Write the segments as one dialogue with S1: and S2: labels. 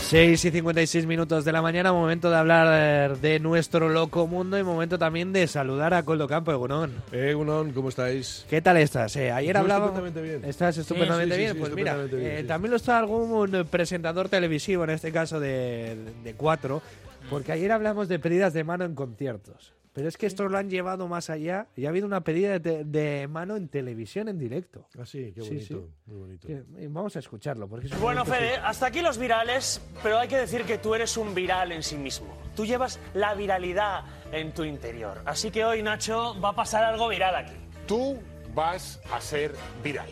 S1: 6 y 56 minutos de la mañana, momento de hablar eh, de nuestro loco mundo y momento también de saludar a Coldo Campo, Egunón.
S2: Eh, Unón, ¿cómo estáis?
S1: ¿Qué tal estás? Eh, ayer
S2: Yo
S1: hablábamos...
S2: estupendamente bien.
S1: Estás estupendamente
S2: Sí, sí,
S1: bien.
S2: sí,
S1: pues
S2: estupendamente
S1: mira,
S2: bien,
S1: eh,
S2: sí.
S1: también lo está algún presentador televisivo, en este caso de, de cuatro,
S2: Mm.
S1: porque ayer hablamos de pedidas de mano en conciertos. Pero es que esto lo han llevado más allá y ha habido una pedida de, te- de mano en televisión en directo.
S2: Ah, sí, qué
S1: Sí,
S2: bonito,
S1: sí.
S2: muy bonito.
S1: Que- eh, Vamos a escucharlo. Porque es un
S3: Bueno,
S1: momento
S3: Fede, hasta aquí los virales, pero hay que decir que tú eres un viral en sí mismo. Tú llevas la viralidad en tu interior. Así que hoy, Nacho, va a pasar algo viral aquí.
S4: Tú vas a ser viral.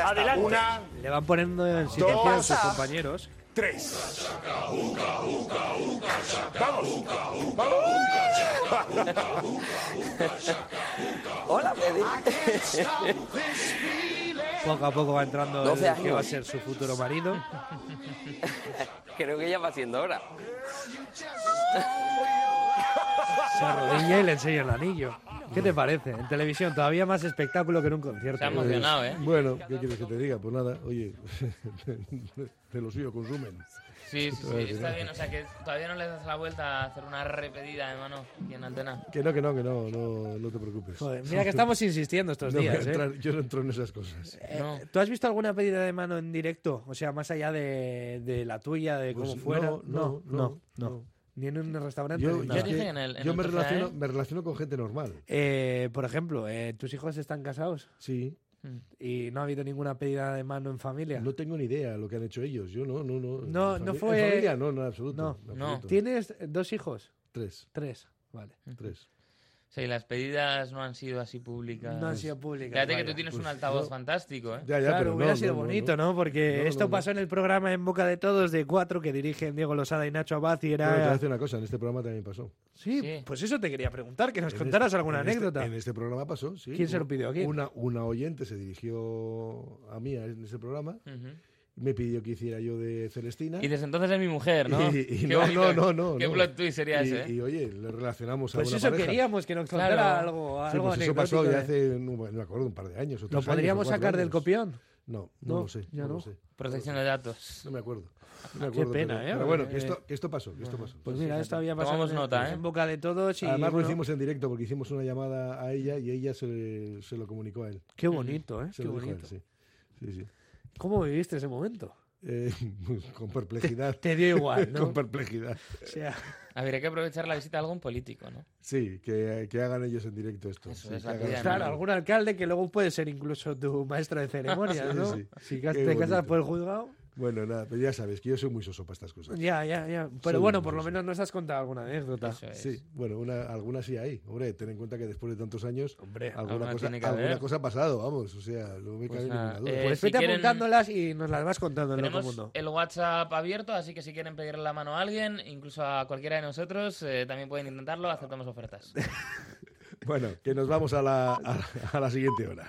S3: Adelante.
S4: Una,
S1: que Le van poniendo
S3: Ah.
S1: en silencio a sus compañeros.
S4: tres. Vamos, vamos.
S5: Hola, Fede.
S1: Poco a poco va entrando el
S5: 12
S1: que va a
S5: años.
S1: ser su futuro marido.
S5: Creo que ya va siendo hora.
S1: Se arrodilla y le enseña el anillo. ¿Qué te parece? En televisión todavía más espectáculo que en un concierto.
S6: Se ha emocionado, ¿eh?
S2: Bueno, ¿qué quieres que te diga? Pues nada, oye, de lo suyo consumen.
S6: Sí, sí, sí, está bien. O sea, que todavía no le das la vuelta a hacer una repetida de mano aquí en antena.
S2: Que no, que no, que no, no, no te preocupes.
S1: Joder, mira que estamos insistiendo estos
S2: No voy a
S1: días. ¿eh?
S2: entrar- Yo no entro en esas cosas.
S1: Eh,
S6: No.
S1: ¿Tú has visto alguna pedida de mano en directo? O sea, más allá de, de la tuya, de cómo
S2: Pues
S1: fuera.
S2: no, no, no, no.
S1: Ni en un restaurante.
S2: Yo,
S1: ni
S2: yo
S1: nada.
S2: es
S6: dije
S2: que-
S6: en el- en
S2: yo
S6: el
S2: me,
S6: 12A,
S2: relaciono,
S6: ¿eh?
S2: me relaciono con gente normal.
S1: Eh, por ejemplo, eh, ¿tus hijos están casados?
S2: Sí,
S1: ¿Y no ha habido ninguna pedida de mano en familia?
S2: no tengo ni idea lo que han hecho ellos. Yo no, no, no.
S1: No,
S2: En
S1: no
S2: fami-
S1: fue-
S2: En familia, no, no, en absoluto.
S1: No.
S2: en
S6: No.
S2: absoluto.
S1: ¿Tienes dos hijos?
S2: Tres,
S1: Tres. Vale.
S2: tres.
S6: O sea, y las pedidas no han sido así públicas.
S1: No han sido públicas.
S6: Fíjate que
S1: vaya.
S6: tú tienes
S2: pues
S6: un altavoz
S2: yo-
S6: fantástico, ¿eh?
S2: Ya, ya,
S1: Ah, claro,
S2: pero no,
S1: hubiera
S2: no,
S1: sido
S2: no, no.
S1: bonito, ¿no? Porque
S2: No, no,
S1: esto
S2: no.
S1: pasó en el programa En Boca de Todos de Cuatro que dirigen Diego Losada y Nacho Abad y
S2: Bueno, te voy a
S1: era...
S2: decir una cosa, en este programa también pasó.
S1: Sí,
S6: Sí.
S1: pues eso te quería preguntar, que nos
S2: En
S1: contaras
S2: este-
S1: alguna
S2: en este-
S1: anécdota.
S2: en este programa pasó, sí.
S1: ¿Quién se
S2: Una-
S1: lo pidió a quién?
S2: Una, una oyente se dirigió a mí en ese programa,
S6: Ujú.
S2: me pidió que hiciera yo de Celestina.
S6: Y desde entonces es mi mujer, ¿no?
S2: Y- y
S6: Qué
S2: no,
S6: bonito.
S2: no, no, no,
S6: Qué
S2: no.
S6: plot twist sería
S2: y,
S6: ese, ¿eh?
S2: y, oye, le relacionamos a
S1: Pues
S2: una
S1: eso
S2: pareja.
S1: queríamos, que nos contara
S6: Claro.
S1: algo,
S2: Sí,
S1: algo
S2: pues eso pasó
S1: anecdótico
S2: ya
S1: de-
S2: hace, no me acuerdo, un par de años. o
S1: ¿Lo
S2: tres años, o
S1: podríamos
S2: cuatro
S1: sacar del
S2: años. Pues
S1: copión?
S2: No, no,
S1: No,
S2: lo sé.
S1: ya
S2: no,
S1: no.
S2: lo sé.
S6: Protección de datos.
S2: No me acuerdo. No me acuerdo,
S1: pena,
S2: pero,
S1: ¿eh?
S2: Pero bueno,
S1: Porque-
S2: que esto, que esto pasó, que esto pasó.
S1: Pues mira, esto había pasado
S6: Tomamos
S1: en,
S6: nota,
S1: en
S6: ¿eh?
S1: boca de todos y...
S2: Además lo
S1: bueno,
S2: hicimos en directo porque hicimos una llamada a ella y ella se, se lo comunicó a él.
S1: Qué bonito, ¿eh?
S2: Se
S1: Qué
S2: lo dijo a él,
S1: bonito.
S2: sí. Sí, sí.
S1: ¿Cómo viviste ese momento?
S2: Eh, con perplejidad.
S1: Te dio igual, ¿no?
S2: Con perplejidad.
S1: O sea,
S6: Habría que aprovechar la visita a algún político, ¿no?
S2: Sí, que, que hagan ellos en directo esto.
S6: Eso
S2: Sí,
S6: es
S2: que
S6: la
S2: hagan-
S6: vida,
S1: claro, algún alcalde que luego puede ser incluso tu maestro de ceremonias,
S2: Sí,
S1: ¿no?
S2: sí.
S1: Si cas-
S2: Qué
S1: te casas
S2: bonito.
S1: por el juzgado...
S2: Bueno, nada, pero ya sabes que yo soy muy soso para estas cosas.
S1: Ya, ya, ya. Pero
S2: Sí,
S1: bueno,
S2: sí,
S1: por lo
S2: sí.
S1: menos nos has contado alguna anécdota.
S6: Eso es.
S2: Ah, Sí, bueno, una, alguna sí hay. Hombre, ten en cuenta que después de tantos años,
S1: Hombre,
S2: alguna,
S6: alguna
S2: cosa,
S6: tiene que
S2: alguna
S6: haber.
S2: cosa ha pasado, vamos. O sea, no me
S6: Pues
S2: cabe
S6: nada,
S2: ninguna duda.
S6: eh,
S1: Pues
S6: si
S1: vete
S6: quieren-
S1: apuntándolas y nos las vas contando en loco
S6: Tenemos
S1: mundo.
S6: el WhatsApp abierto, así que si quieren pedirle la mano a alguien, incluso a cualquiera de nosotros, eh, también pueden intentarlo, aceptamos ofertas.
S2: Bueno, que nos vamos a la, a- a la siguiente hora.